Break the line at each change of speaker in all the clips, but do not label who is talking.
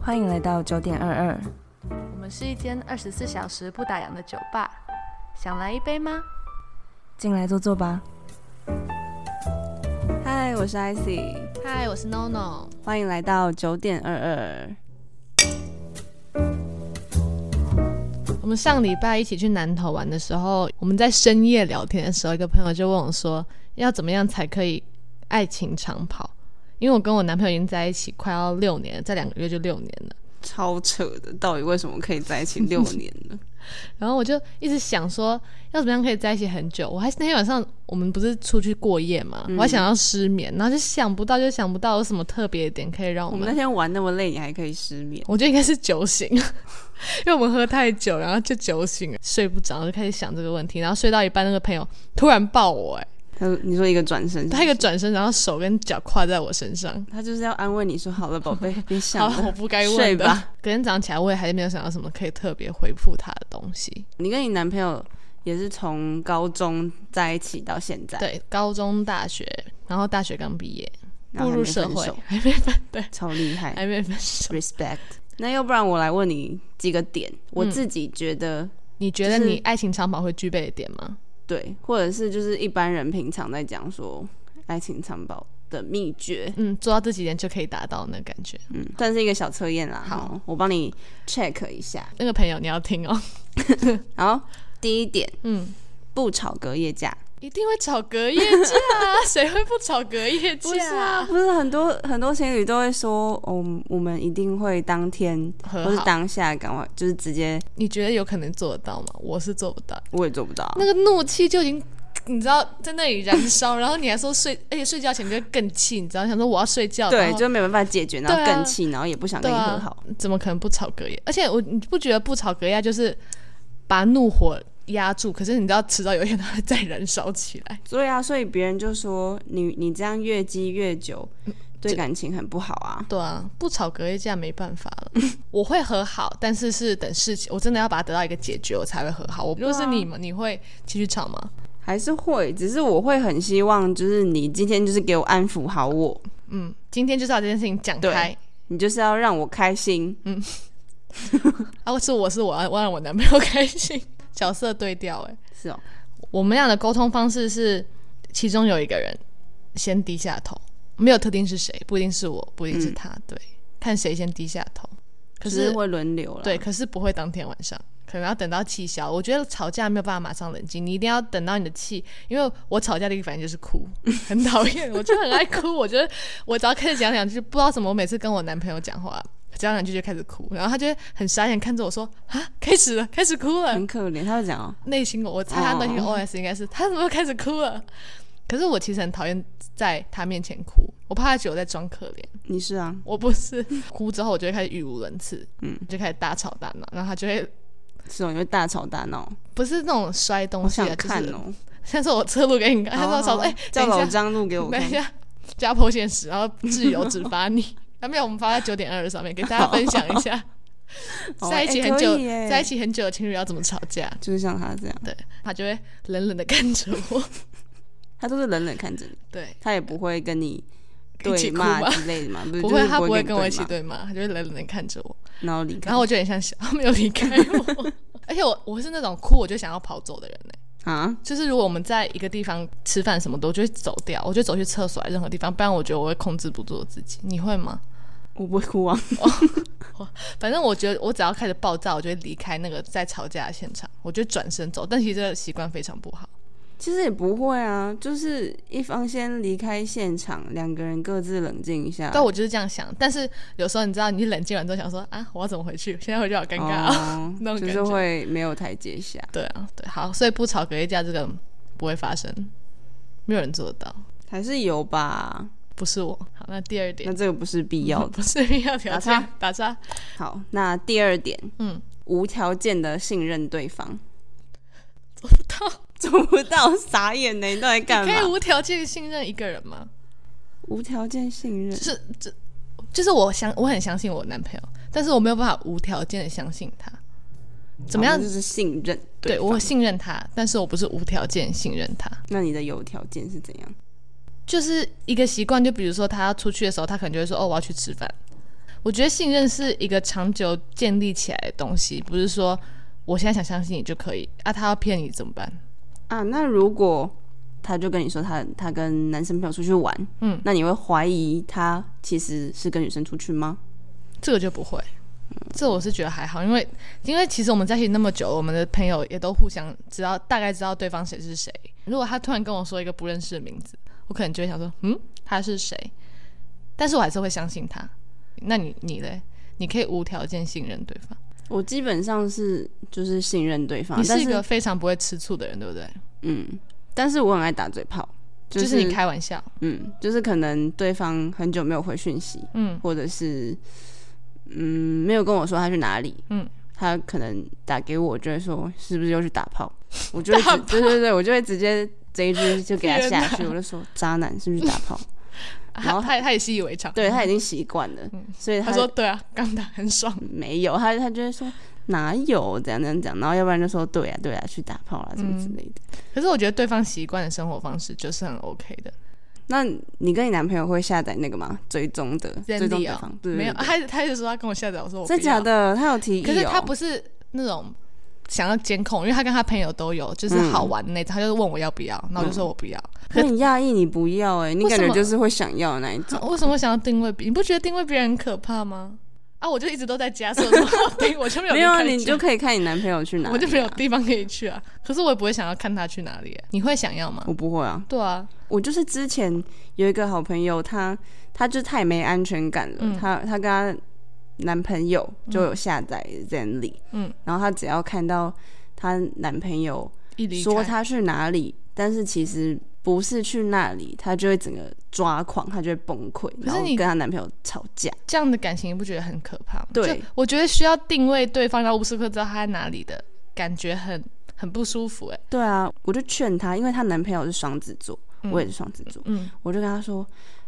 欢迎来到九点二二，
我们是一间二十四小时不打烊的酒吧，想来一杯吗？
进来坐坐吧。
嗨，我是 IC，
嗨，我是 NONO。
欢迎来到九点二二。
我们上礼拜一起去南投玩的时候，我们在深夜聊天的时候，一个朋友就问我说，要怎么样才可以爱情长跑？因为我跟我男朋友已经在一起快要六年了，再两个月就六年了。
超扯的，到底为什么可以在一起六年呢？
然后我就一直想说，要怎么样可以在一起很久？我还那天晚上我们不是出去过夜嘛，我还想要失眠，然后就想不到，就想不到有什么特别的点可以让我
我们
们
那天玩那么累，你还可以失眠？
我觉得应该是酒醒， 因为我们喝太久，然后就酒醒了，睡不着，就开始想这个问题。然后睡到一半，那个朋友突然抱我、哎，
他说你说一个转身，
他一个转身，然后手跟脚跨在我身上。
他就是要安慰你说：“好了，宝贝，别想
好了，
了。
我不该
睡
问的
吧。
隔天早上起来，我也还是没有想到什么可以特别回复他的东西。”
你跟你男朋友也是从高中在一起到现在，，
对，高中、大学，然后大学刚毕业，
然后
步
还没
入社
分
会
手，
还没分，对，
超厉害
还没分手。
，respect。那要不然我来问你几个点，我自己觉得、
你觉得
就是
你爱情长跑会具备的点吗？
对，或者是就是一般人平常在讲说爱情藏宝的秘诀，
嗯，做到这几点就可以达到那感觉。
嗯，算是一个小测验啦。好，我帮你 check 一下。
那个朋友你要听哦，
然后第一点，
嗯。
不吵隔夜架。
一定会吵隔夜架、啊， 谁会不吵隔夜架？
不是啊，不是很多很多情侣都会说，哦，我们一定会当天
和
或是
好
当下赶快，就是直接，
你觉得有可能做得到吗？我是做不到，
我也做不到啊。
那个怒气就已经。你知道在那里燃烧，然后你还说睡，而且睡觉前就更气，你知道想说我要睡觉，然
对，
后
就没办法解决，然后
哦对啊
更气，然后也不想跟
对
你
啊
和好。
怎么可能不吵隔夜？而且我你不觉得不吵隔夜就是把怒火压住，可是你知道迟早有一天它会再燃烧起来。
所以啊，所以别人就说你你这样越积越久，对
这
感情很不好啊。
对啊，不吵隔夜架没办法了。 我会和好，但是是等事情，我真的要把它得到一个解决，我才会和好。我如果是你们，你会继续吵吗？
还是会，只是我会很希望，就是你今天就是给我安抚好我，
嗯，今天就是要把这件事情讲开。
你就是要让我开心。
嗯啊，是我是我要我要让我男朋友开心，角色对调。哎，
是哦，
我们俩的沟通方式是，其中有一个人先低下头，没有特定是谁，不一定是我，不一定是他，对，看谁先低下头。可
就是是会轮流了。
对，，可是不会当天晚上，可能要等到气消。我觉得吵架没有办法马上冷静，你一定要等到你的气，因为我吵架的一个反应就是哭，很讨厌，我就很爱哭。我觉得我只要开始讲两句，不知道什么，我每次跟我男朋友讲话。讲两句就开始哭，然后他就会很傻眼看着我说：“啊，开始了，开始哭了。
很可怜。他会讲哦，”
内心我我猜他内心
哦
OS 应该是他怎么又开始哭了？可是我其实很讨厌在他面前哭，我怕他觉得我在装可怜。
你是啊，
我不 是哭之后，我就会开始语无伦次，嗯，就开始大吵大闹，然后他就会
是哦，你会大吵大闹。
不是那种摔
我
东西
想
啊，就
看
是
哦，
上次我侧录给你看，他
好
说
好
吵，
好
哎，
叫
等一
老
下，
张录给我
等一
看。
下，加破现实，然后自由只罚你。 那没有，我们发在九点二上面，给大家分享一 下，
好
在一起
哎
很久
可以，耶
在一起很久的情侣要怎么吵架？
就是像他这样，
对他就会冷冷的看着我，
他都是冷冷看着你，
对，
他也不会跟你
一
对
起哭
骂
吧。
之类的嘛，不是
不
就是
会，他
不
不会
跟
跟
你
我一起
骂，
对骂，他就会冷冷的看着我，
然后离开
然后我就很像小，他没有离 开我，而且我我是那种哭我就想要跑走的人呢、欸
啊，
就是如果我们在一个地方吃饭什么的，我就会走掉，我就走去厕所，任何地方，不然我觉得我会控制不住我自己。你会吗？
我不会哭啊，
反正我觉得我只要开始暴躁，我就会离开那个在吵架的现场，我就转身走。但其实这个习惯非常不好。
其实也不会啊，就是一方先离开现场，两个人各自冷静一下。
但我就是这样想，但是有时候你知道，你冷静完之后想说啊，我要怎么回去？现在回去好尴尬、哦。
哦
那种
就
感
是
觉
会没有台阶下。
对啊，对，好，所以不吵隔夜架这个不会发生，没有人做得到，
还是有吧？
不是我。好，那第二
那
点
这个不是必要的。
不是必要条
打
件
叉，
打叉。
好，那第二点，
嗯，
无条件的信任对方，做不到，做不到，傻眼呢！你到底干
可以
嘛？
无条件信任一个人吗？
无条件信任，
是这，就是我相我很相信我男朋友，但是我没有办法无条件的相信他。怎么样
好？就是信任
对
方
我信任他，但是我不是无条件信任他。
那你的有条件是怎样？
就是一个习惯，就比如说他要出去的时候，他可能就会说：“哦，我要去吃饭。”我觉得信任是一个长久建立起来的东西，不是说我现在想相信你就可以啊，他要骗你怎么办？
啊，那如果他就跟你说他他跟男生朋友出去玩，
嗯，
那你会怀疑他其实是跟女生出去吗？
这个就不会。这我是觉得还好，因为因为其实我们在一起那么久，我们的朋友也都互相知道，大概知道对方谁是谁。如果他突然跟我说一个不认识的名字，我可能就会想说，嗯，他是谁？但是我还是会相信他。那你你嘞？你可以无条件信任对方。
我基本上是就是信任对方，
你
啊但
是一个
是
非常不会吃醋的人，对不对？
嗯，但是我很爱打嘴炮，、
就是你开玩笑，
嗯，就是可能对方很久没有回讯息，
嗯，
或者是嗯没有跟我说他去哪里，
嗯，
他可能打给我就会说是不是又去打 炮，我就会直对对对，我就会直接这一句就给他
天
下
哪
去，我就说渣男是不是去打炮？然
他
后
他他也习以为常。
对他已经习惯了，所以
嗯他说对啊，刚打很爽。
没有，他他就会说哪有怎样怎样讲，然后要不然就说对啊对啊去打炮啦什
嗯
么之类的。
可是我觉得对方习惯的生活方式就是很 OK 的。
那你跟你男朋友会下载那个吗？追踪的追
Zenly
踪对
哦
方，对对
没有，
对
他他一直说他跟我下载，我说我
真
不
假
要。
的？他有提议、哦，
可是他不是那种想要监控，因为他跟他朋友都有，就是
嗯
好玩的那种，他就问我要不要，那我就说我不要。
我很讶异，你不要哎、你感
为什
觉
么
就是会想要的那一 种。
为什么想要定位别？你不觉得定位别人很可怕吗？啊，我就一直都在 家，所以我没有定，我就没有
没有啊，
离开
你
家
就可以看你男朋友去哪里、啊。
我就没有，地方可以去啊。可是我也不会想要看他去哪里、你会想要吗？
我不会啊。
对啊，
我就是之前有一个好朋友，她她就太没安全感了。
嗯
她她跟她男朋友就有下载 Zenly，
嗯，
然后她只要看到她男朋友
一离
说
开
他去哪里，但是其实不是去那里，她就会整个抓狂，她就会崩溃，
是
然后
你
跟她男朋友吵架。
这样的感情，你不觉得很可怕吗？
对
就我觉得需要定位对方，然后无时无刻知道他在哪里的感觉很很不舒服、哎，
对啊，我就劝她，因为她男朋友是双子座，我也是双子座，
嗯，
我就跟她说。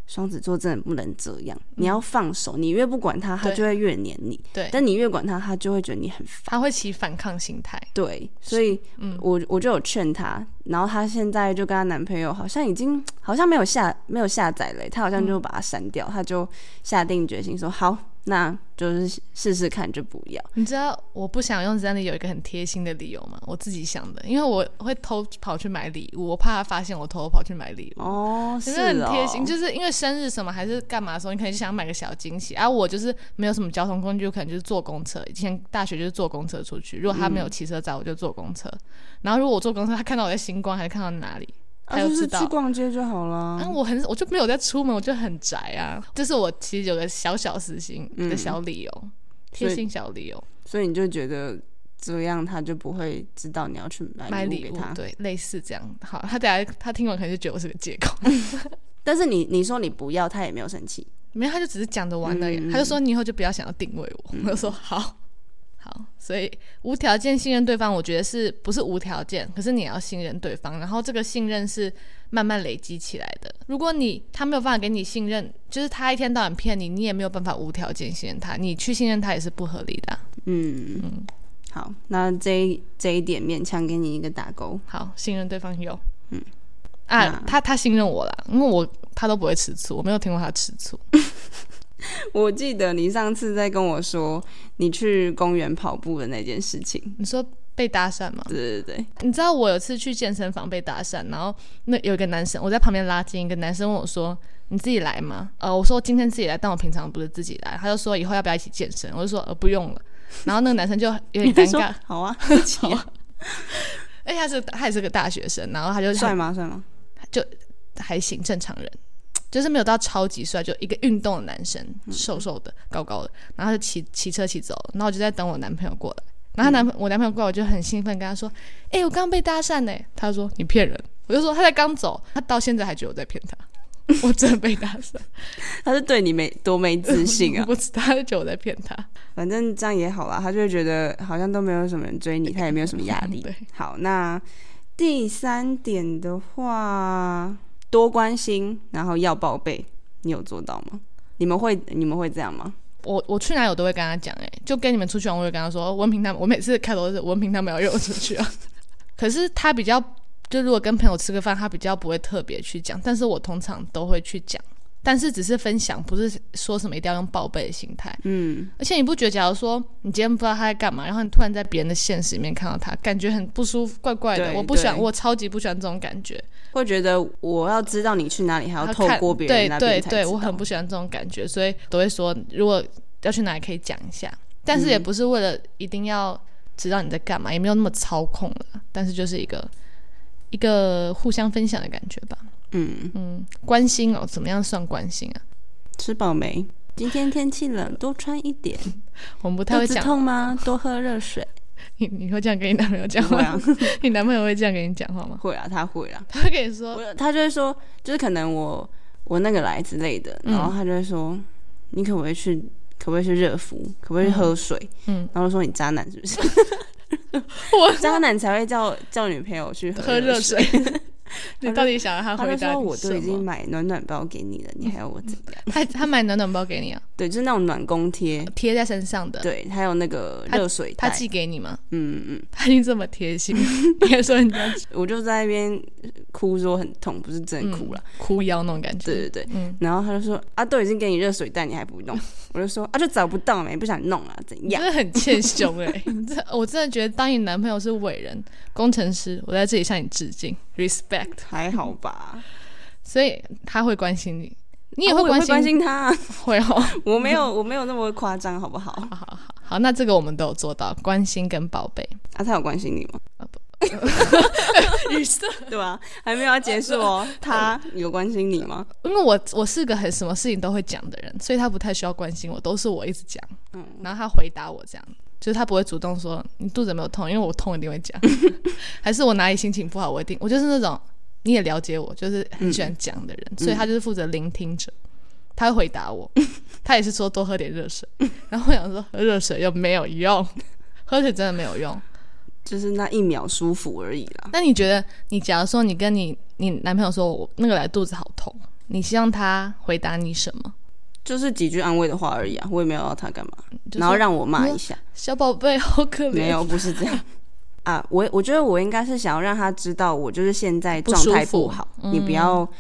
双子座真的不能这样，你要放手。你越不管他，他就会越黏你；
对，
但你越管他，他就会觉得你很烦。
他会起反抗心态，
对，所以
嗯
我我就有劝她，然后她现在就跟她男朋友好像已经好像没有下没有下载了，她好
嗯
像就把它删掉，她就下定决心说好，那就是试试看就不要。
你知道我不想用 Zenly 有一个很贴心的理由吗？我自己想的，因为我会偷跑去买礼物，我怕他发现我偷跑去买礼物。
哦，
有
是
没有很
哦
贴心？就是因为生日什么还是干嘛的时候，你可能就想买个小惊喜啊。我就是没有什么交通工具，我可能就是坐公车。以前大学就是坐公车出去，如果他没有骑车载，我就坐公车。然后如果我坐公车，他看到我在星光，还是看到哪里，
啊
他就
就
知
是
道。
去逛街就好
啊，
了。
我很我就没有在出门，我就很宅啊。这是我其实有个小小私心的小理由，贴、
嗯所以
心小理由，
所以你就觉得这样他就不会知道你要去买
买
礼
礼
物给
物
他。
对，类似这样。好，他等下他听完可能就觉得我是个借口，
但是你你说你不要，他也没有生气。
没有，他就只是讲着玩而已。
嗯
他就说你以后就不要想要定位我，我就说好。好，所以无条件信任对方，我觉得是不是无条件？可是你也要信任对方，然后这个信任是慢慢累积起来的。如果你他没有办法给你信任，就是他一天到晚骗你，你也没有办法无条件信任他，你去信任他也是不合理的啊、
嗯，好，那这一这一点勉强给你一个打勾。
好，信任对方有，
嗯
嗯，啊
那，
他他信任我啦，因为我他都不会吃醋，我没有听过他吃醋。
我记得你上次在跟我说你去公园跑步的那件事情，
你说被搭讪吗？
对对对，
你知道我有次去健身房被搭讪，然后那有一个男生，我在旁边拉筋，一个男生问我说：“你自己来吗？”呃，我说我今天自己来，但我平常不是自己来。他就说以后要不要一起健身？我就说呃不用了。然后那个男生就有
你
点尴尬，
好啊，一起啊
而且他是他也是个大学生，然后他就
帅吗？帅吗？
还行，正常人，就是没有到超级帅，就一个运动的男生，瘦瘦的，高高的，然后他就骑骑车骑走了，然后我就在等我男朋友过来，然后他男、我男朋友过来，我就很兴奋跟他说：“哎、我刚被搭讪呢。”他说：“你骗人。”我就说：“他才刚走，他到现在还觉得我在骗他。” 我真的被搭讪，
他是对你没多没自信
我
啊，
不知道，他就觉得我在骗他。。
反正这样也好啦，他就会觉得好像都没有什么人追你，他也没有什么压力
对，
好，那第三点的话，多关心，然后要报备，你有做到吗？你们会你们会这样吗？
我我去哪里我都会跟他讲，哎，就跟你们出去玩，我也跟他说，哦文平他们，我每次开头都是文平他们要约我出去啊。 可是他比较，就如果跟朋友吃个饭，他比较不会特别去讲，但是我通常都会去讲，但是只是分享，不是说什么一定要用报备的心态。
嗯，
而且你不觉得，假如说你今天不知道他在干嘛，然后你突然在别人的现实里面看到他，感觉很不舒服，怪怪的。
对
我不喜欢，
对
我超级不喜欢这种感觉。
会觉得我要知道你去哪里，还要
他
透
看
过别人那
对
边才
对
知道
对，我很不喜欢这种感觉，所以都会说，如果要去哪里可以讲一下，但是
嗯
也不是为了一定要知道你在干嘛，也没有那么操控了，但是就是一个一个互相分享的感觉吧。
嗯，
嗯，关心哦，怎么样算关心啊？
吃饱没？今天天气冷，多穿一点。
我们不太
肚
会
子
讲，
痛吗？多喝热水。
你你 会这样跟你男朋友讲
会
话？
啊，
你男朋友会这样跟你讲话吗？
会啊，他会啊。
他会跟你说，
我他就会说，就是可能我我那个来之类的，
嗯
然后他就会说，你可不可以去，可不可以去热敷，可不可以去喝水？
嗯，
然后就说你渣男是不是？
我
渣男才会叫叫女朋友去
喝热
热
水。 你到底想要他
他
回
就
答
说：“
你
我
什
都已经
么？嗯
买暖暖包给你了，你还要我怎么样？
他他买暖暖包给你啊，
对，就是那种暖宫贴，
贴在身上的。
对，还有那个
嗯他
热水
他
袋。
寄给你吗？
嗯嗯，
他已经这么贴 心，你还说人家
嗯我就在那边哭说很痛，不是真哭了。
哭腰那种感觉。
对对对，
嗯，
然后他就说：“啊，都已经给你热水袋，你还 不弄？”我就说：“啊，就找不到没，不想弄啊，怎
你
样
真的很欠凶哎、你这我真的觉得当你男朋友是伟人、工程师，我在这里向你致敬，respect。？”
还好吧，
所以他会关心你，你
你
也
会
关
关
心，
心 他啊，
会哦。
我没有，我没有那么夸张，好不好？啊，
好好好好，那这个我们都有做到，关心跟宝贝。
啊他有关心你 吗？
于是，
对啊吧、还没有要结束哦，他有关心你吗？
因为我我是个很什么事情都会讲的人，所以他不太需要关心我，都是我一直讲，
嗯
然后他回答我这样。就是他不会主动说你肚子有没有痛，因为我痛一定会讲，还是我哪里心情不好，我一定我就是那种你也了解我，就是很喜欢讲的人，所以他就是负责聆听者，他会回答我，他也是说多喝点热水，然后我想说喝热水又没有用， 喝水真的没有用。
就是那一秒舒服而已啦。
那你觉得，你假如说你跟你你男朋友说我那个来肚子好痛，你希望他回答你什么？
就是几句安慰的话而已啊，我也没有要他干嘛，
你就
然后
说
让我骂一下，
小宝贝好可怜，
没有，不是这样啊。我我觉得我应该是想要让他知道，我就是现在状态不好，你不要不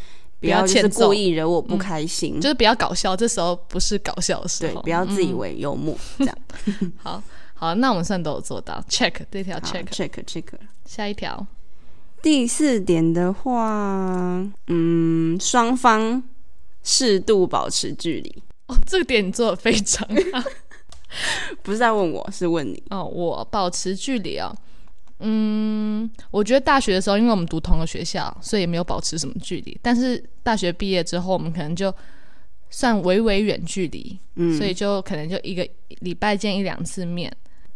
嗯要
要就是
欠揍嗯
故意惹我不开心，
就是嗯不要搞笑，这时候不是搞笑的时
对，
候。
不要自以为幽默、这 样。
好好，那我们算都有做到，check 这
好
条 check，
check check。
下一条
第四点的话，嗯，双方适度保持距离。
哦，这个点你做的非常好
不是在问我，是问你。
哦，我保持距离哦。嗯，我觉得大学的时候，因为我们读同个学校，所以也没有保持什么距离。但是大学毕业之后，我们可能就算微微远距离，
嗯，
所以就可能就一个礼拜见一两次面，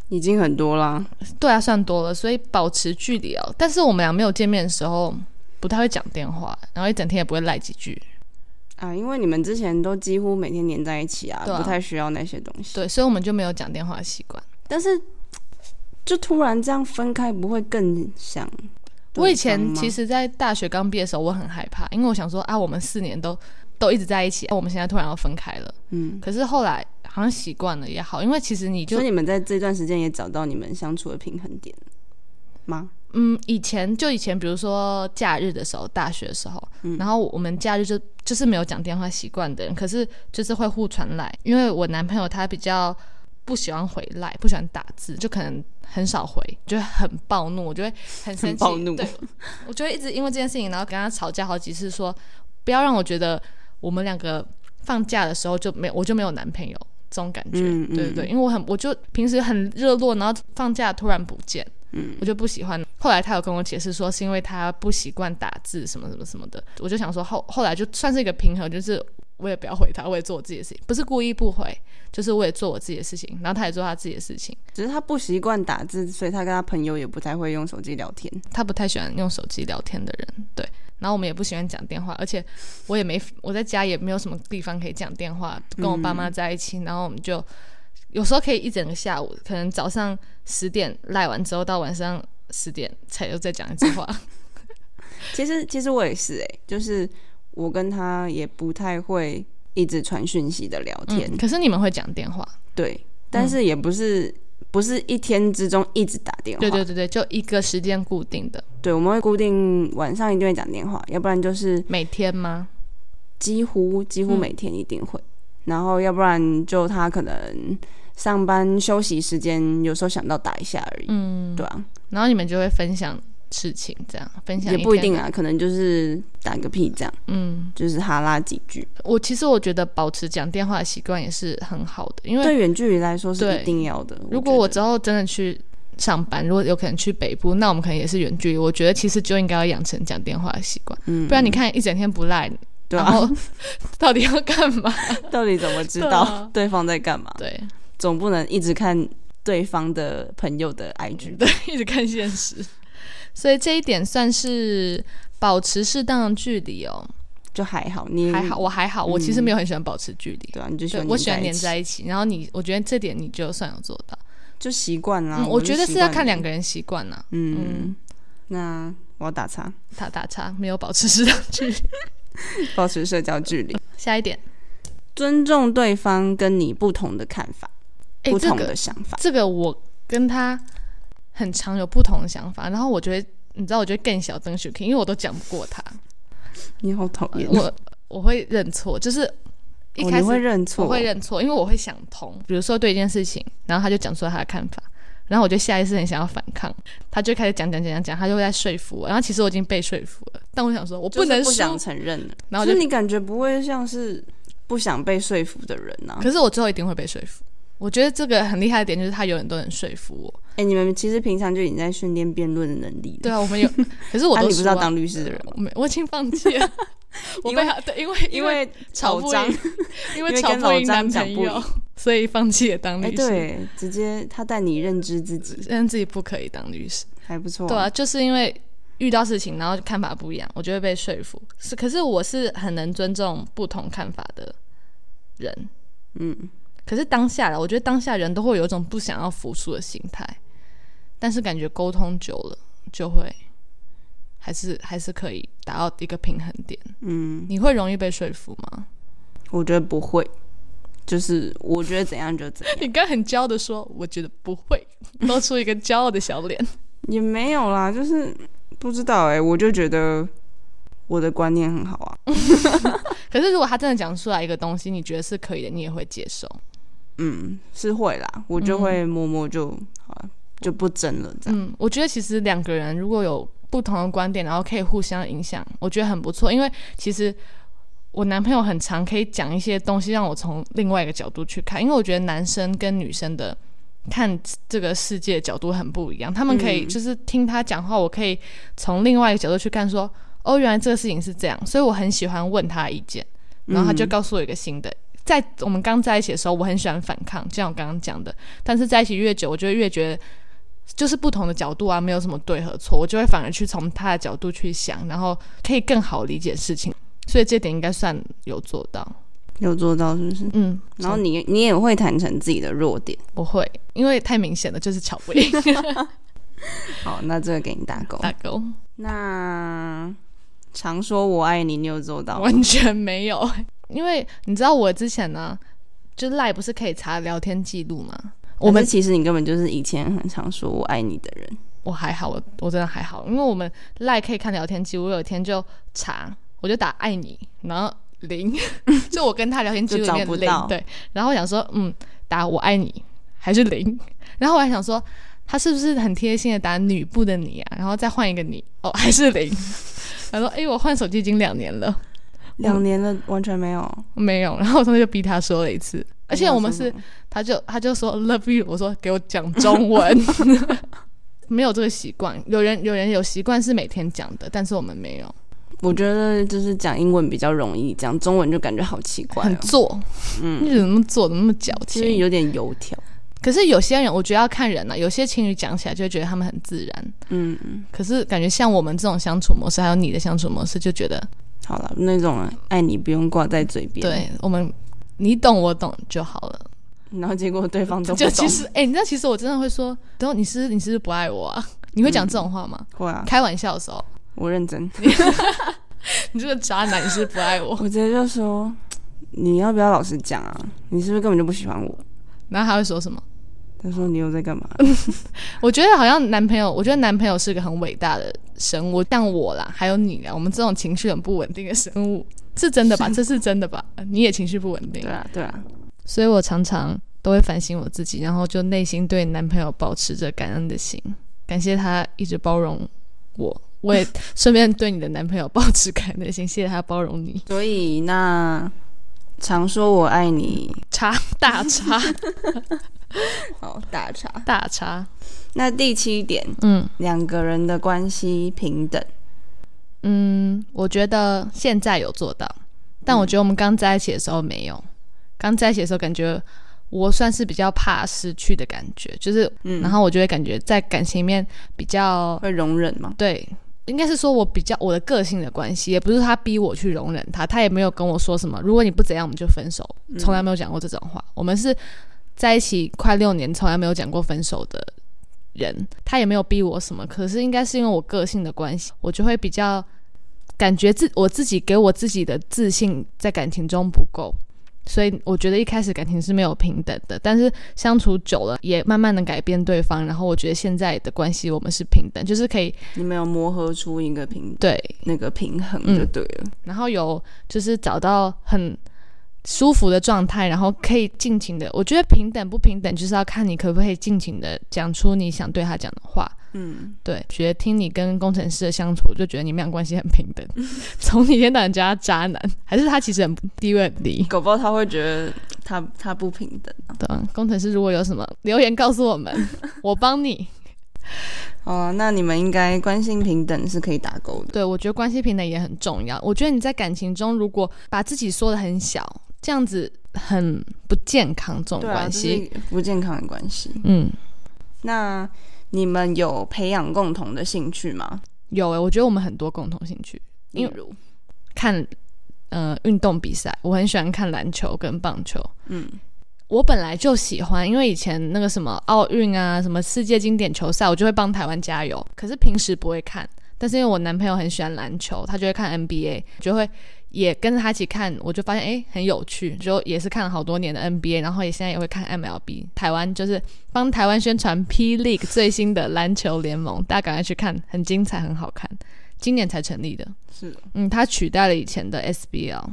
已经很多啦。
对啊，算多了，所以保持距离哦。但是我们俩没有见面的时候，不太会讲电话，然后一整天也不会赖几句，
啊，因为你们之前都几乎每天黏在一起啊，
对啊
不太需要那些东西。
对，所以我们就没有讲电话的习惯。
但是就突然这样分开，不会更想？
我以前其，实，在大学刚毕业的时候，我很害怕，因为我想说啊，我们四年都都一直在一起、啊我们现在突然要分开了。
嗯，
可是后来好像习惯了也好，因为其实你就
所以你们在这段时间也找到你们相处的平衡点吗？
嗯，以前就以前，比如说假日的时候，大学的时候，
嗯
然后我们假日就就是没有讲电话习惯的人，可是就是会互传来，因为我男朋友他比较不喜欢回来，不喜欢打字，就可能很少回，就会很暴怒，我就会很生
很
气，
暴怒
对，我就会一直因为这件事情，然后跟他吵架好几次说不要让我觉得我们两个放假的时候就没有我就没有男朋友这种感觉，
嗯嗯
对对对，因为我很我就平时很热络，然后放假突然不见。
嗯
我就不喜欢。后来他有跟我解释说，是因为他不习惯打字什么什么什么的。我就想说后后来就算是一个平衡，就是我也不要回他，我也做我自己的事情，不是故意不回，就是我也做我自己的事情，然后他也做他自己的事情。
只是他不习惯打字，所以他跟他朋友也不太会用手机聊天。
他不太喜欢用手机聊天的人，对。然后我们也不喜欢讲电话，而且我也没我在家也没有什么地方可以讲电话，跟我爸妈在一起，然后我们就有时候可以一整个下午，可能早上十点赖完之后到晚上十点才又再讲一次话。
其实，其实我也是哎、就是我跟他也不太会一直传讯息的聊天，
嗯，可是你们会讲电话，
对，但是也不是、不是一天之中一直打电话，
对对对对，就一个时间固定的，
对，我们会固定晚上一定会讲电话，要不然就是
每天吗？
几乎几
嗯
乎每天一定会。然后要不然就他可能上班休息时间，有时候想到打一下而已，
嗯，
对啊，
然后你们就会分享事情，这样分享
也不一定
天
啊，可能就是打个屁这样，
的。嗯，
就是哈拉几句。
我其实我觉得保持讲电话的习惯也是很好的，因为
对远距离来说是
对
一定要的。
如果我
我觉
之后真的去上班，如果有可能去北部，那我们可能也是远距离。我觉得其实就应该要养成讲电话的习惯，
得嗯，
不然你看一整天不赖，
对
然
啊，
后到底要干嘛？
到底怎么知
对
道
啊
对方在干嘛？
对，
总不能一直看对方的朋友的 IG
对，一直看现实。所以这一点算是保持适当的距离哦，
就还好，你
还好，我还好，我其实
嗯
没有很喜欢保持距离。
对啊，你就喜
对，
欢
我喜欢黏
一起
在一起，然后你，我觉得这点你就算有做到。
啊就习惯啦。
嗯，我觉得是要看两
个，
个人习惯啦。
嗯，那我要打叉，
打打叉，没有保持适当距离。
保持社交距离，
下一点，
尊重对方跟你不同的看法、
哎、
不
这
同
个
的想法，
这个我跟他很常有不同的想法，然后我觉得，你知道，我觉得更小灯 s h 因为我都讲不过他，
你好讨厌。
我我会认错，就是一
哦你
开始
会认错，
我会认错，因为我会想通。比如说对一件事情，然后他就讲出了他的看法，然后我就下意识很想要反抗，他就开始讲讲讲讲讲，他就会在说服我。然后其实我已经被说服了，但我想说我
就是
能
不
输，
想承认了。
然后
就
就是
你感觉不会像是不想被说服的人呐、啊？
可是我最后一定会被说服。我觉得这个很厉害的点就是他永远都能说服我。
哎、你们其实平常就已经在训练辩论的能力了。
对啊，我 们有，可是我
啊，
都
你不
知
是
道
要当律师的人吗？
我没，我已经放 弃了。我
因
被
为
他对，因为
因为
吵
老
不
张
赢，因为
因为
吵
跟
不
老
赢男
张讲
朋
不
友
赢，
所以放弃了当
哎、
律师。，
对，直接他带你认知自己，
但自己不可以当律师。
还不错。
对啊，，就是因为遇到事情，然后看法不一样，我就会被说服。是，可是我是很能尊重不同看法的人。
嗯，
可是当下啦，我觉得当下人都会有一种不想要服输的心态，但是感觉沟通久了就会，还是还是可以达到一个平衡点。
嗯，
你会容易被说服吗？
我觉得不会，就是我觉得怎样就怎样，
你刚很骄傲的说，我觉得不会，露出一个骄傲的小脸。
也没有啦，就是不知道哎、我就觉得我的观念很好啊，
可是如果他真的讲出来一个东西，你觉得是可以的，你也会接受。
嗯，是会啦，我就会默默就、好了，就不争了这样。
嗯，我觉得其实两个人如果有不同的观点，然后可以互相影响，我觉得很不错。因为其实我男朋友很常可以讲一些东西，让我从另外一个角度去看。因为我觉得男生跟女生的看这个世界的角度很不一样，他们可以
嗯
就是听他讲话，我可以从另外一个角度去看说哦，原来这个事情是这样。所以我很喜欢问他意见，然后他就
嗯
告诉我一个新的。在我们刚在一起的时候，我很喜欢反抗，就像我刚刚讲的。但是在一起越久，我就会越觉得就是不同的角度啊，没有什么对和错，我就会反而去从他的角度去想，然后可以更好理解事情，所以这点应该算有做到。
有做到是不是？
嗯，
然后你你也会坦诚自己的弱点。
我会，因为太明显了，就是巧 不赢
好，那这个给你打勾。
打勾，
那常说我爱你，你有做到吗？
完全没有。因为你知道我之前呢、就赖不是可以查聊天记录吗？我
还
们
是其实你根本就是以前很常说我爱你的人，
我还好，我我真的还好，因为我们赖可以看聊天记录，我有一天就查，我就打爱你，然后零， 就我跟他聊天记录里
就找
面
不到
零，对，然后我想说，嗯，打我爱你还是零，然后我还想说，他是不是很贴心的打女部的你啊，然后再换一个你，哦，还是零，他说，诶，哎我换手机已经两年了，
两年了完全没有。
没有，然后我同学就逼他说了一次，而且我们
你
是
要说什么，
他就他就说 love you，我说给我讲 中文，没有这个习惯。有人有人有习惯是每天讲的，但是我们没有，
我觉得就是讲英文比较容易，讲中文就感觉好奇怪
很
哦，
做，
嗯，
你怎么那么做怎么那么矫
就是
情？
有点油条。
可是有些人，我觉得要看人啊，有些情侣讲起来就会觉得他们很自然，
嗯，嗯，
可是感觉像我们这种相处模式，还有你的相处模式，就觉得
好了，那种爱你不用挂在嘴边。，
对我们你懂我懂就好了。
然后结果对方都不
就
懂。
其实，哎、你知道，其实我真的会说，等会你是你是不是不爱我啊？你会讲这种话吗？
会啊，
开玩笑的时候，
我认真，
你这个渣男，你是不是不爱我？
我直接就说你要不要老实讲啊？你是不是根本就不喜欢我？
然后他会说什么？
他说你又在 干嘛？
我觉得好像男朋友，我觉得男朋友是个很伟大的生物，像我啦，还有你啦，我们这种情绪很不稳定的生物，是真的吧？这是真的吧？你也情绪不稳定
对，啊，对啊，
所以我常常都会反省我自己，然后就内心对男朋友保持着感恩的心，感谢他一直包容我。我也顺便对你的男朋友保持感恩的心，谢谢他包容你。
所以那常说我爱你，
叉大叉
好大差。
大叉，
那第七点，
嗯
两个人的关系平等，
嗯，我觉得现在有做到，但我觉得我们刚在一起的时候没有。刚在一起的时候，感觉我算是比较怕失去的感觉，就是，
嗯
然后我就会感觉在感情里面比较
会容忍吗？
对，应该是说我比较我的个性的关系，也不是他逼我去容忍他，他也没有跟我说什么，如果你不怎样我们就分手，从来没有讲过这种话。我们是在一起快六年，从来没有讲过分手的人，他也没有逼我什么。可是应该是因为我个性的关系，我就会比较感觉自我自己给我自己的自信在感情中不够。所以我觉得一开始感情是没有平等的，但是相处久了也慢慢的改变对方，然后我觉得现在的关系我们是平等，就是可以
你们有磨合出一个平
对
那个平衡
嗯
就对了。
然后有就是找到很舒服的状态，然后可以尽情的。我觉得平等不平等，就是要看你可不可以尽情的讲出你想对他讲的话。
嗯，
对，觉得听你跟工程师的相处，我就觉得你们俩关系很平 等。从你一天到晚叫他渣男，还是他其实很地位很低。
狗包他会觉得他他不平等。
对啊，工程师如果有什么留言告诉我们， 我帮你。
哦，那你们应该关心平等是可以打勾的。
对，我觉得关系平等也很重要。我觉得你在感情中如果把自己缩得很小，这样子很不健康。这种
对啊，
关
这
系，
是一个不健康的关系。
嗯。
那你们有培养共同的兴趣吗？
有欸诶、我觉得我们很多共同兴趣，
例
因为
如，
看呃运动比赛，我很喜欢看篮球跟棒球。
嗯，
我本来就喜欢，因为以前那个什么奥运啊，什么世界经典球赛，我就会帮台湾加油。可是平时不会看，但是因为我男朋友很喜欢篮球，他就会看 NBA，就会也跟着他一起看。我就发现诶、很有趣，就也是看了好多年的 NBA，然后也现在也会看 MLB。台湾就是帮台湾宣传 P League 最新的篮球联盟，大家赶快去看，很精彩，很好看。今年才成立的，
是哦，
嗯，它取代了以前的 SBL。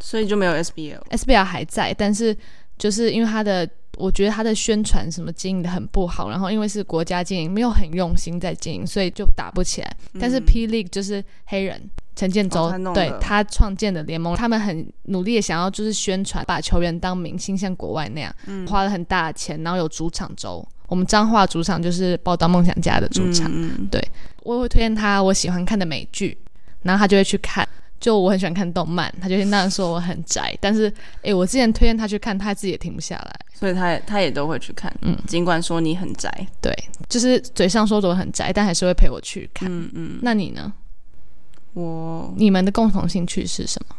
所以就没有 SBL。
SBL 还在，但是就是因为它的，我觉得它的宣传什么经营的很不好，然后因为是国家经营，没有很用心在经营，所以就打不起来。但是 P League 就是黑人陈建州、
嗯哦他弄的
对他创建的联盟，他们很努力的想要就是宣传，把球员当明星，像国外那样，
嗯
花了很大的钱，然后有主场周。我们彰化主场就是报道梦想家的主场，
嗯嗯
我会推荐他我喜欢看的美剧，然后他就会去看。就我很喜欢看动漫，他就那样说我很宅，但是诶、我之前推荐他去看，他自己也停不下来。
所以他也他也都会去看，
嗯
尽管说你很宅，
对，就是嘴上说着我很宅，但还是会陪我去看。
嗯嗯，
那你呢？
我
你们的共同兴趣是什么？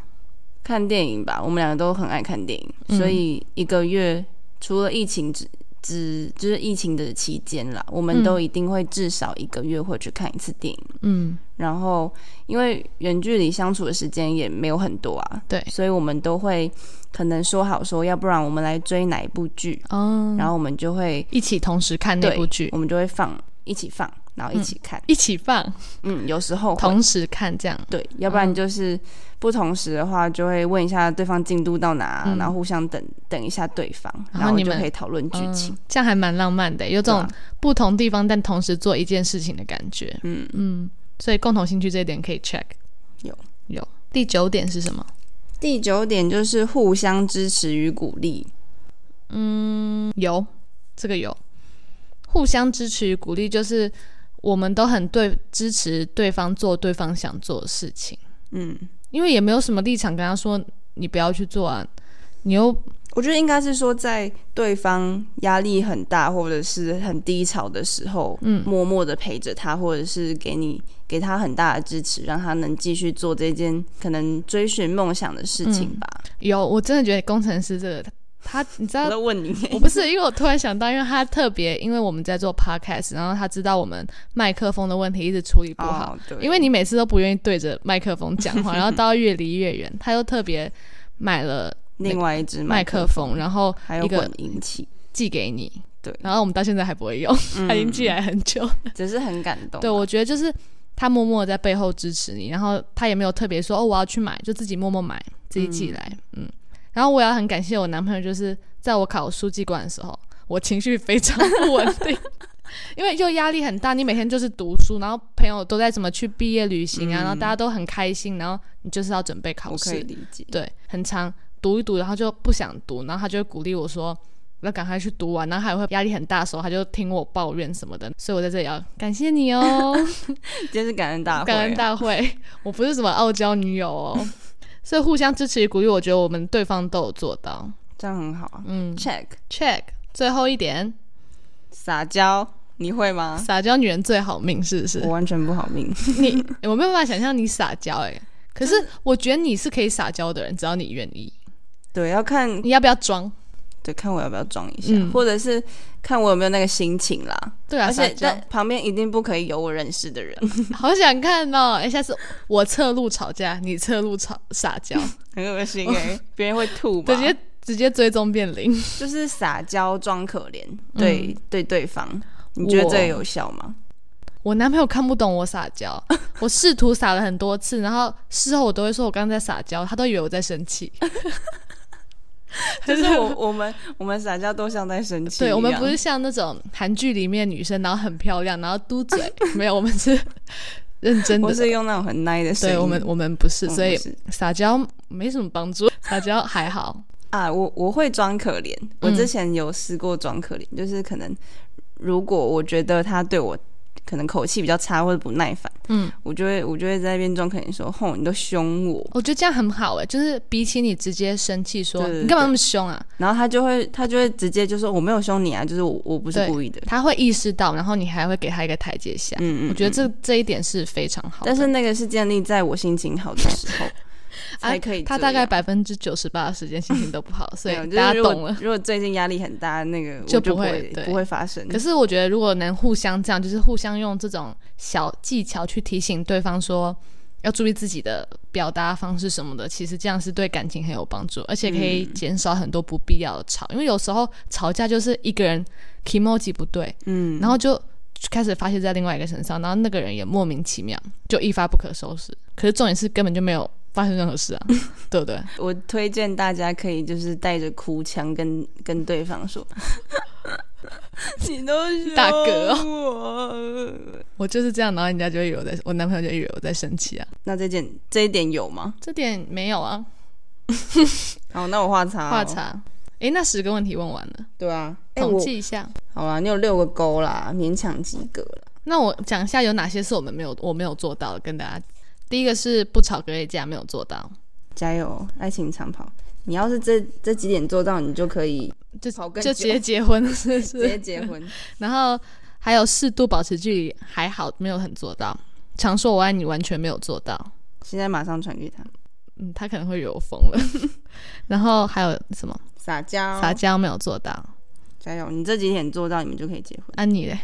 看电影吧，我们两个都很爱看电影，
嗯
所以一个月除了疫情之之就是疫情的期间啦，我们
嗯
都一定会至少一个月会去看一次电影。
嗯，
然后因为远距离相处的时间也没有很多啊，
对
所以我们都会可能说好说，要不然我们来追哪一部剧，
哦，
然后我们就会
一起同时看那
对
部剧，
我们就会放一起放，然后一起看。
一起放，
嗯，有时候会
同时看这样。
对，要不然就是不同时的话，就会问一下对方进度到哪，
嗯
然后互相等等一下对方，
然后
然后
你
就
们
可以讨论剧情。
嗯，这样还蛮浪漫的，有种
对啊
不同地方但同时做一件事情的感觉。
嗯，
嗯，所以共同兴趣这一点可以 check。
有
有。第九点是什么？
第九点就是互相支持与鼓励。
有，这个有，互相支持与鼓励，就是我们都很对支持对方做对方想做的事情，
嗯，
因为也没有什么立场跟他说你不要去做啊，你又
我觉得应该是说，在对方压力很大或者是很低潮的时候，
嗯
默默的陪着他，或者是给你给他很大的支持，让他能继续做这件可能追寻梦想的事情
嗯
吧。
有，我真的觉得工程师这个他，你知道
我在问你，
我不是，因为我突然想到，因为他特别，因为我们在做 podcast，然后他知道我们麦克风的问题一直处理不 好，
哦，对，
因为你每次都不愿意对着麦克风讲 话，然后到越离越远，他又特别买了
另外一只
麦克风，然后
还有
一个啊
混音器，
寄给你，
对
然后我们到现在还不会用，他已经寄来很久。
只是很感动啊。
对，我觉得就是他默默地在背后支持你，然后他也没有特别说哦我要去买，就自己默默买，自己寄来，嗯然后我也要很感谢我男朋友，就是在我考书记官的时候，我情绪非常不稳定。因为又压力很大，你每天就是读书，然后朋友都在怎么去毕业旅行啊，然后大家都很开心，然后你就是要准备考
我可以
试，
理解。
对，很长读一读，然后就不想读，然后他就会鼓励我说要赶快去读完，然后还会压力很大的时候，他就听我抱怨什么的，所以我在这里要感谢你 哦，
今天是感恩大会， 啊
感恩大会，我不是什么傲娇女友哦，所以互相支持与鼓励，我觉得我们对方都有做到，
这样很好啊。
嗯
Check
，check，最后一点，
撒娇，你会吗？
撒娇女人最好命是不是
我？完全不好命，
你我没有办法想象你撒娇哎、可是我觉得你是可以撒娇的人，只要你愿意。
对，要看
你要不要装？
对看我要不要装一下，
嗯
或者是看我有没有那个心情啦。
对啊，
而
撒
且
娇
但旁边一定不可以有我认识的人，
好想看哦！哎、下次我侧路吵架，你侧路吵撒 娇，
很恶心哎、
哦
别人会吐吧
直？接直接追踪变零。
就是撒娇装可怜，对、对对方，你觉得
嗯我
这个有效吗？
我男朋友看不懂我撒 娇，我试图撒了很多次，然后事后我都会说我刚刚在撒娇，他都以为我在生气。
啊就是我我们 我们撒娇都像在生气一
对
样，
我们不是像那种韩剧里面女生，然后很漂亮，然后 嘟嘴，没有，我们是认真的
我。是用那种很 nice 的声音，
对我们，我们不是，
我们
所以
不是
撒娇没什么帮助，撒娇还好。
啊，我我会装可怜，
嗯
我之前有试过装可怜，就是可能如果我觉得他对我可能口气比较差或者不耐烦，
嗯，
我就会我就会在那边装可怜说，吼，你都凶我，
我觉得这样很好哎、就是比起你直接生气说
对对对
你干嘛那么凶啊，
然后他就会他就会直接就说我没有凶你啊，就是我我不是
对
故意的，
他会意识到，然后你还会给他一个台阶下。
嗯嗯，
我觉得
嗯
这这一点是非常好的，
但是那个是建立在我心情好的时 候才可以、
啊他大概。百分之九十八的时间心情都不好，所
没
以
有，就是
大家
如果
懂了。
如果最近压力很大，那个我
就
就
不会对
不会发生。
可是我觉得，如果能互相这样，就是互相用这种小技巧去提醒对方说要注意自己的表达方式什么的，其实这样是对感情很有帮助，而且可以
嗯
减少很多不必要的吵。因为有时候吵架就是一个人 emoji 不对，
嗯，
然后就开始发泄在另外一个身上，然后那个人也莫名其妙就一发不可收拾。可是重点是根本就没有发生任何事啊， 对不对？
我推荐大家可以就是带着哭腔跟跟对方说， 你都是
大哥
哦。
我就是这样，然后人家就以为我在，我男朋友就以为我在生气啊，
那这件这一点有吗？
这点没有啊，
哦，那我画叉、
话。茬。诶，那十个问题问完了，
对啊，哎
统
我
计一下。
好啦，你有六个勾啦，勉强及格了。
那我讲一下有哪些是我们没有我没有做到的，跟大家。第一个是不吵隔夜架没有做到，
加油，爱情长跑！你要是这这几点做到，你就可以
就
跑更
就直
久
接结婚， 是不是？
直接结婚。
然后还有适度保持距离，还好没有很做到。常说我爱你完全没有做到，
现在马上传给他，
嗯，他可能会以为我疯了。 然后还有什么
撒娇，
撒娇没有做到？
加油！你这几点做到，你们就可以结婚。
安妮嘞，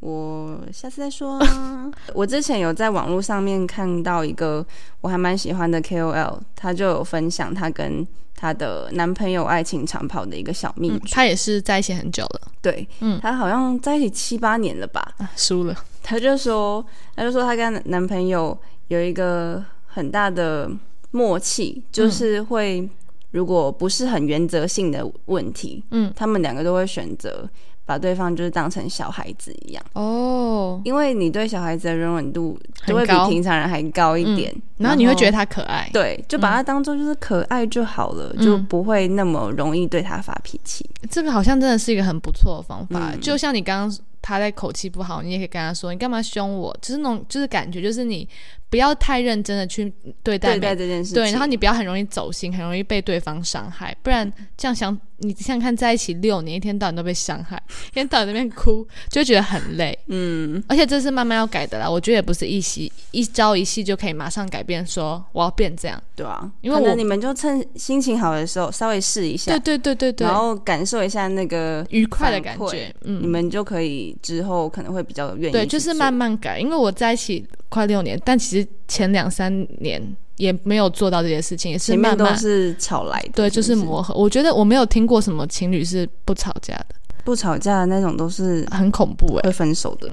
我下次再说啊。 我之前有在网络上面看到一个我还蛮喜欢的 KOL，她就有分享她跟她的男朋友爱情长跑的一个小秘
嗯，
诀。
他也是在一起很久了，
对，
嗯
她好像在一起七八年了吧？
啊输了。
她就说，她就说她跟男朋友有一个很大的默契，就是会如果不是很原则性的问题，
嗯，
他们两个都会选择把对方就是当成小孩子一样。
哦，
因为你对小孩子的容忍度就会比
很高嗯
平常人还高一点，
然后你会觉得嗯他可爱，
对，就把它当做就是可爱就好了，就
嗯
不会那么容易对他发脾气。
这个好像真的是一个很不错的方法。
嗯
就像你刚刚他在口气不好，你也可以跟他说你干嘛凶我，就是那种就是感觉就是你不要太认真的去对待
对
每
待这件事情，
对，然后你不要很容易走心，很容易被对方伤害，不然这样想，你想想看，在一起六年，一天到晚都被伤害，一天到晚在那边哭，就会觉得很累。
嗯，
而且这是慢慢要改的啦，我觉得也不是一夕一朝一夕就可以马上改变，说我要变这样。
对啊，
因为
可能
我
你们就趁心情好的时候稍微试一下
对，对对对对
然，后感受一下那个
愉快的感
反馈
觉，
你
嗯，
们就可以之后可能会比较愿意
对，
去
就是
做
慢慢改。因为我在一起快六年，但其实前两三年也没有做到这些事情，也是
前面
慢
都
慢。
是吵来的，
对，就是
不
磨合。我觉得我没有听过什么情侣是不吵架的，
不吵架的那种都是
很恐怖哎、
会分手的。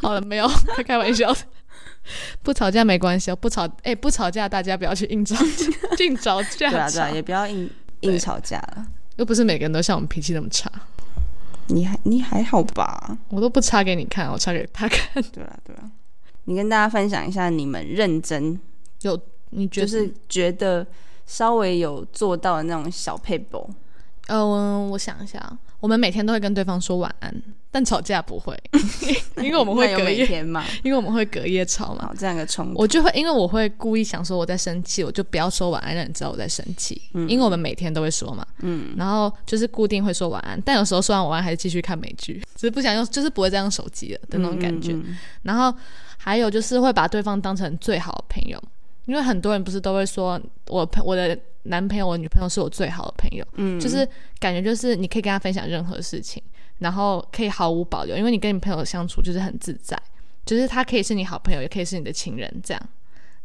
好了，没有，开开玩笑的。 不吵架没关系哦，不吵哎、不吵架，大家不要去硬吵硬吵架
对啊，对
吵
啊，也不要硬
对
硬吵架了。
又不是每个人都像我们脾气那么差，
你还你还好吧？
我都不插给你看，我插给他看。
对啊，对啊。你跟大家分享一下，你们认真
你觉
就
得？
是觉得稍微有做到的那种小 paper，
呃，我我想一下啊，我们每天都会跟对方说晚安，但吵架 不会， 因为我们会
那有
隔
每
夜，
天 嘛，
因为我们会隔夜吵嘛。
好这样一个冲突，
我就会，因为我会故意想说我在生气，我就不要说晚安，让你知道我在生气。
嗯
因为我们每天都会说嘛，嗯，然后就是固定会说晚安，但有时候说完晚安还是继续看美剧，只是不想用，就是不会再用手机了的那种感觉。
嗯嗯嗯
然后还有就是会把对方当成最好的朋友，因为很多人不是都会说我朋我的男朋友、我女朋友是我最好的朋友，
嗯
就是感觉就是你可以跟他分享任何事情，然后可以毫无保留，因为你跟你朋友相处就是很自在，就是他可以是你好朋友，也可以是你的情人这样。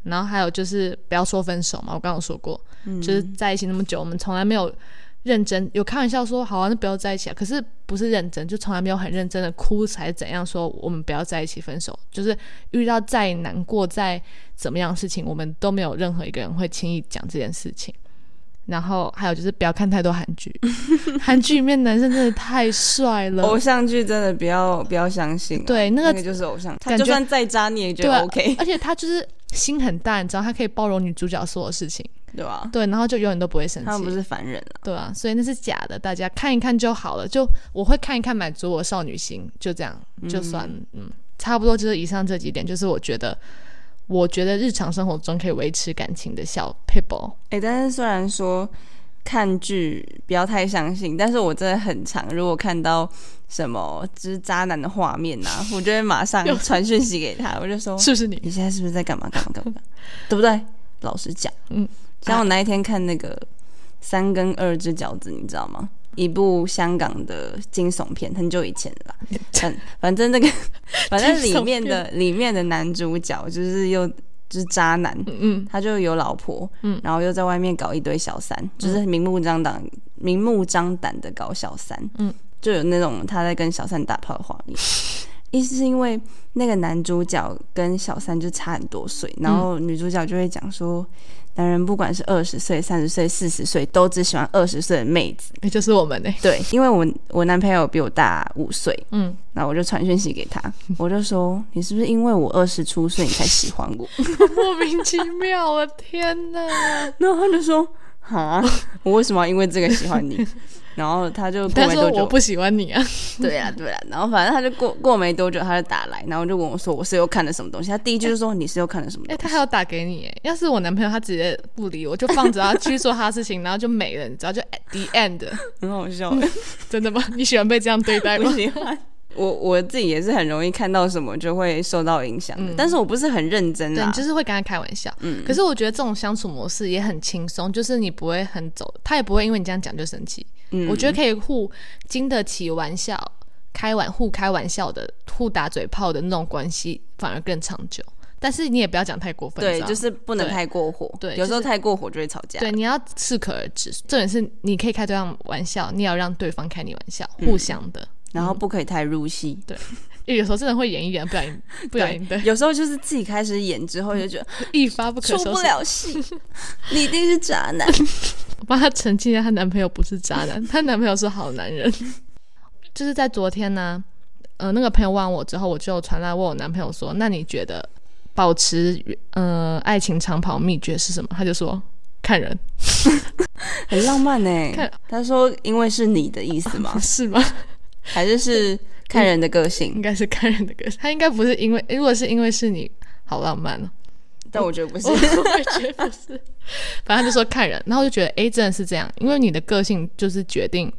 然后还有就是不要说分手嘛，我刚刚有说过，就是在一起那么久，我们从来没有认真有开玩笑说好啊，那不要在一起啊，可是不是认真，就从来没有很认真的哭才怎样说我们不要在一起分手，就是遇到再难过再怎么样的事情，我们都没有任何一个人会轻易讲这件事情。然后还有就是不要看太多韩剧，韩剧里面男生真的太帅了，
偶像剧真的不要不要相信啊、
对那
那
个
就是偶像，他
感觉
就算再渣你也觉
对啊
得 OK，
而且他就是心很大，你知道，他可以包容女主角所有事情，
对吧？
对，然后就永远都不会生
他们不
气，
是凡人啊，
对啊，所以那是假的，大家看一看就好了。就我会看一看，满足我少女心，就这样，就算嗯差不多就是以上这几点，就是我觉得，我觉得日常生活中可以维持感情的小 people。
哎、但是虽然说看剧不要太相信，但是我真的很常，如果看到什么就是渣男的画面呐、啊，我就会马 上
又
传讯息给他，我就说
是不是你？
你现在是不是在干嘛干嘛干嘛，干嘛对不对？老实讲，
嗯
嗯，像我那一天看那个《三跟二只饺子》，你知道吗？一部香港的惊悚片，很久以前了啦。反反正那个，反正里面的里面的男主角就是又就是渣男，
嗯，
他就有老婆，
嗯
然后又在外面搞一堆小三，就是明目张胆、明目张胆的搞小三，
嗯，
就有那种他在跟小三打炮的画 面。意思是因为那个男主角跟小三就差很多
嗯
岁，然后女主角就会讲说，男人不管是二十岁、三十岁、四十岁，都只喜欢二十岁的妹子。
也就是我们呢、欸
对，因为我我男朋友比我大五岁，
嗯，
然后我就传讯息给他，我就说你是不是因为我二十出岁你才喜欢我？
莫名其妙，我天 哪！
然后他就说：“哈， 我为什么要因为这个喜欢你？” 然后他就过
他
没
说
多
我
久，
不喜欢你啊，
对啊对啊，然后反正他就过过没多久，他就打来，然后就问我说：“我是又看了什么东西？”他第一句就说：“你是又看了什么
哎、
东西
他还要打给你哎！要是我男朋友，他直接不理我，就放着他啊 继续做他的事情，然后就没了，你知道，就 at the end，？”
很好笑，
真的吗？你喜欢被这样对待
不
吗？
喜欢。我我自己也是很容易看到什么就会受到影响的，但是我不嗯是很认真
对，
啦
你，就是会跟他开玩笑。
嗯
可是我觉得这种相处模式也很轻松，就是你不会很走，他也不会因为你这样讲就生气。
嗯
我觉得可以互经得起玩笑，开玩互开玩笑的，互打嘴炮的那种关系反而更长久。但是你也不要讲太过分，你
对，
知道吗
就是不能
对
太过火，
对
有时候
就是
太过火就会吵架，
对，你要适可而止。重点是你可以开对方玩笑，你也要让对方开你玩笑，
嗯
互相的。
然后不可以太入戏，
因为有时候真的会演一演，不小 心不小心对，
有时候就是自己开始演之后就觉得
一发不可
出
收拾。
不了 戏，你一定是渣男，
我帮她澄清一下，她男朋友不是渣男，她男朋友是好男人。 就是在昨天呢、呃，那个朋友问我之后，我就传来问我男朋友说：“那你觉得保持呃爱情长跑秘诀是什么？”他就说：“看人
很浪漫呢、
看？
他说：“因为是你的意思吗
哦是吗？
还是是看人的个性
应该是看人的歌。他应该不是因为，如果是因为是你，好浪漫哦。？”
但我觉得不是
我。我也觉得不是，反正他就说看人，然后我就觉得诶，真的是这样，因为你的个性就是决定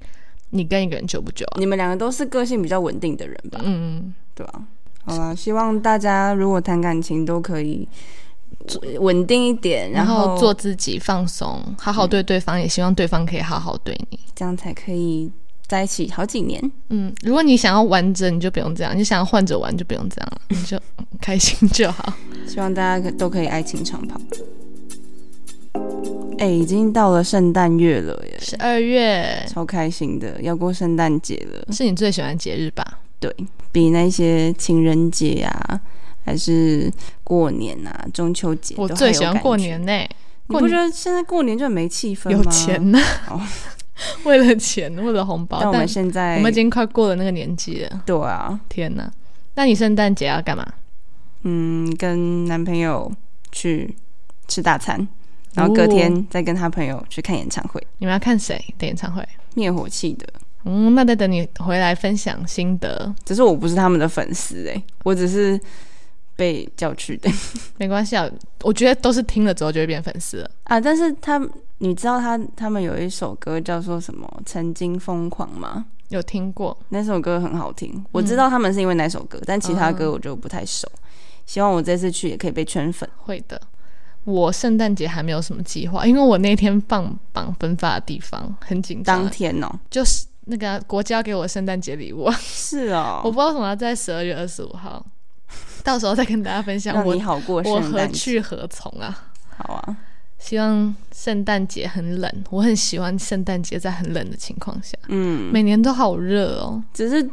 你跟一个人久不久 啊。
你们两个都是个性比较稳定的人吧？
嗯，
对吧、好啦，希望大家如果谈感情都可以稳稳定一点，
然
后
后做自己，放松，好好对对方，也希望对方可以好好对你。
这样才可以在一起好几年。
嗯，如果你想要玩着，你就不用这样；你想要换着玩，就不用这样了，你就嗯开心就好。
希望大家可都可以爱情长跑。哎、已经到了圣诞月了耶，
十二月
超开心的，要过圣诞节了。
是你最喜欢的节日吧？
比那些情人节啊，还是过年啊、中秋节，
我
都还
最
有
喜欢
感
过
觉。
年呢、
你
过
不
年
觉得现在过年就很没气氛吗？
有钱呐、
哦
为了钱，为了红包，
但我
但
们现在
我们已经快过了那个年纪了，
对啊，
天呐！那你圣诞节要干嘛？
嗯，跟男朋友去吃大餐，然后隔
哦
天再跟他朋友去看演唱会，
你们要看谁的演唱会？
灭火器的。
嗯，那得等你回来分享心得，
只是我不是他们的粉丝哎、我只是被叫去的
没关系啊。我觉得都是听了之后就会变粉丝了。
啊。但是他，你知道他他们有一首歌叫做什么《曾经疯狂》吗？
有听过，
那首歌很好
嗯
听，我知道他们是因为那首歌，但其他歌我就不太熟。希望我这次去也可以被圈粉。
会的。我圣诞节还没有什么计划，因为我那天放榜分发的地方很紧张
当
啊，
天哦、
就是那个啊国家给我的圣诞节礼物啊，
是哦、
我不知道为什么要在十二月二十五号，到时候再跟大家分享
让
我
你好过
我
圣
何
诞节。
去何从啊。
好啊，
希望圣诞节很冷，我很喜欢圣诞节在很冷的情况下，
嗯，
每年都好热哦。
只是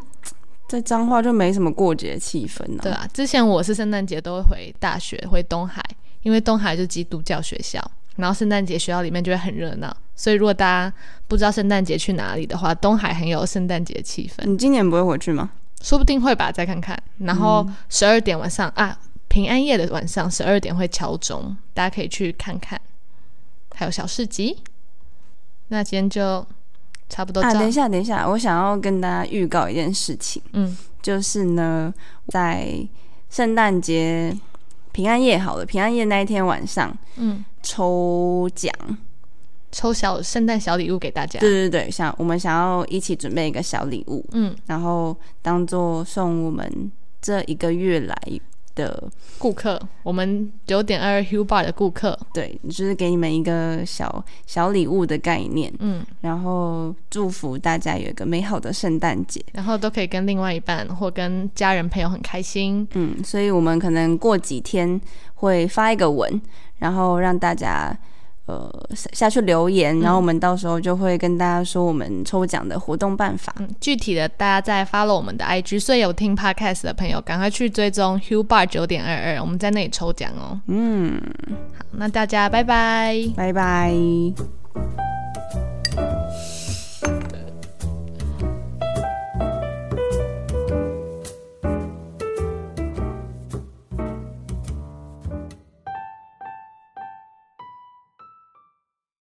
在彰化就没什么过节气氛呢、
对啊，之前我是圣诞节都会回大学，回东海，因为东海就是基督教学校，然后圣诞节学校里面就会很热闹，所以如果大家不知道圣诞节去哪里的话，东海很有圣诞节气氛，
你今年不会回去吗？
说不定会吧，再看看。然后
嗯
十二点晚上、啊，平安夜的晚上十二点会敲钟，大家可以去看看，还有小市集。那今天就差不多这
啊，等一
样，
下，等一下，我想要跟大家预告一件事情，
嗯，
就是呢，在圣诞节、平安夜好了，平安夜那一天晚上，
嗯，
抽奖，
抽小圣诞小礼物给大家
对。对对，想我们想要一起准备一个小礼物，
嗯，
然后当做送我们这一个月来的，
顾客，我们九点二 Hugh Bar 的顾客，
对，就是给你们一个小小礼物的概念，
嗯，
然后祝福大家有一个美好的圣诞节。
然后都可以跟另外一半或跟家人朋友很开心。
嗯，所以我们可能过几天会发一个文，然后让大家呃下下去留言，然后我们到时候就会跟大家说我们抽奖的活动办法。
嗯，具体的大家再 follow 我们的 IG，所以有听 podcast 的朋友赶快去追踪 Hugh Bar 九点二二，我们在那里抽奖哦。
嗯，
好，那大家拜拜。
拜拜。